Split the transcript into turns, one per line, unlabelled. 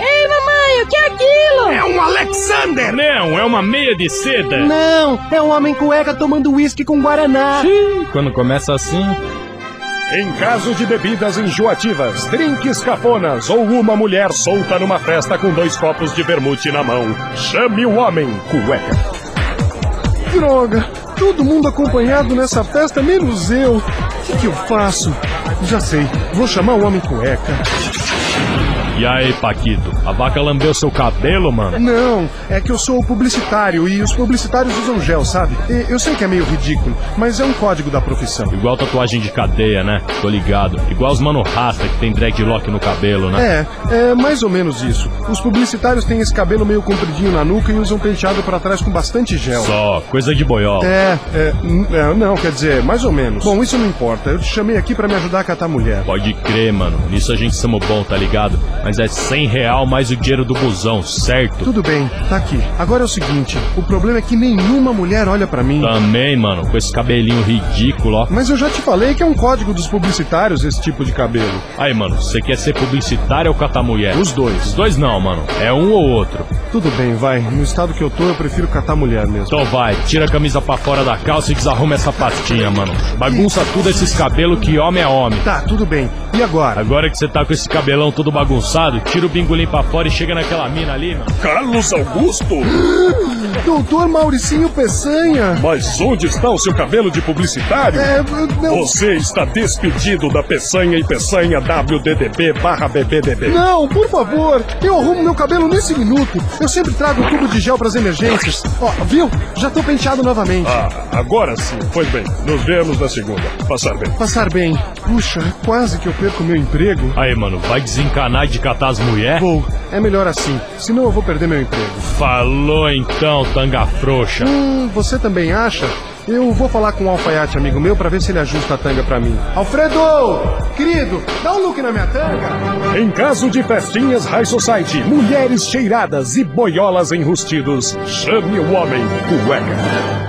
Ei, mamãe, o que é aquilo?
É um Alexander!
Não, é uma meia de seda.
Não, é um homem cueca tomando uísque com guaraná.
Xiii, quando começa assim.
Em caso de bebidas enjoativas, drinks cafonas ou uma mulher solta numa festa com dois copos de vermute na mão, chame o homem cueca. Droga, todo mundo acompanhado nessa festa, menos eu. O que, que eu faço? Já sei, vou chamar o homem cueca.
E aí, Paquito? A vaca lambeu seu cabelo, mano?
Não, é que eu sou publicitário e os publicitários usam gel, sabe? E eu sei que é meio ridículo, mas é um código da profissão.
Igual tatuagem de cadeia, né? Tô ligado. Igual os mano rasta que tem dreadlock no cabelo, né?
É, é mais ou menos isso. Os publicitários têm esse cabelo meio compridinho na nuca e usam penteado pra trás com bastante gel.
Só, coisa de boiola.
É, é, n- é, não, quer dizer, mais ou menos. Bom, isso não importa. Eu te chamei aqui pra me ajudar a catar mulher.
Pode crer, mano. Nisso a gente somos bom, tá ligado? Mas é 100 real mais o dinheiro do busão, certo?
Tudo bem, tá aqui. Agora é o seguinte, o problema é que nenhuma mulher olha pra mim.
Também, mano, com esse cabelinho ridículo, ó.
Mas eu já te falei que é um código dos publicitários esse tipo de cabelo.
Aí, mano, você quer ser publicitário ou catar mulher?
Os
Os
dois.
dois não, mano. É um ou outro.
Tudo bem, vai. No estado que eu tô, eu prefiro catar mulher mesmo.
Então vai, tira a camisa pra fora da calça e desarruma essa pastinha, mano. Bagunça tudo esses cabelos que homem é homem.
Tá, tudo bem. E agora?
Agora que você tá com esse cabelão todo bagunçado, tira o bingolim pra fora e chega naquela mina ali, mano.
Carlos Augusto? Doutor Mauricinho Peçanha?
Mas onde está o seu cabelo de publicitário?
É, não.
Você está despedido da Peçanha e Peçanha WDDB barra BBDB.
Não, por favor, eu arrumo meu cabelo nesse minuto. Eu sempre trago um tubo de gel pras emergências. Ó, viu? Já tô penteado novamente.
Ah, agora sim. Pois bem, nos vemos na segunda. Passar bem.
Passar bem. Puxa, é quase que eu perco meu emprego.
Aí, mano, vai desencanar de catar as mulher?
Vou, é melhor assim, senão eu vou perder meu emprego.
Falou então, tanga frouxa.
Hum, você também acha? Eu vou falar com um alfaiate amigo meu pra ver se ele ajusta a tanga pra mim. Alfredo! Querido, dá um look na minha tanga.
Em caso de festinhas High Society, mulheres cheiradas e boiolas enrustidos, chame o homem cueca.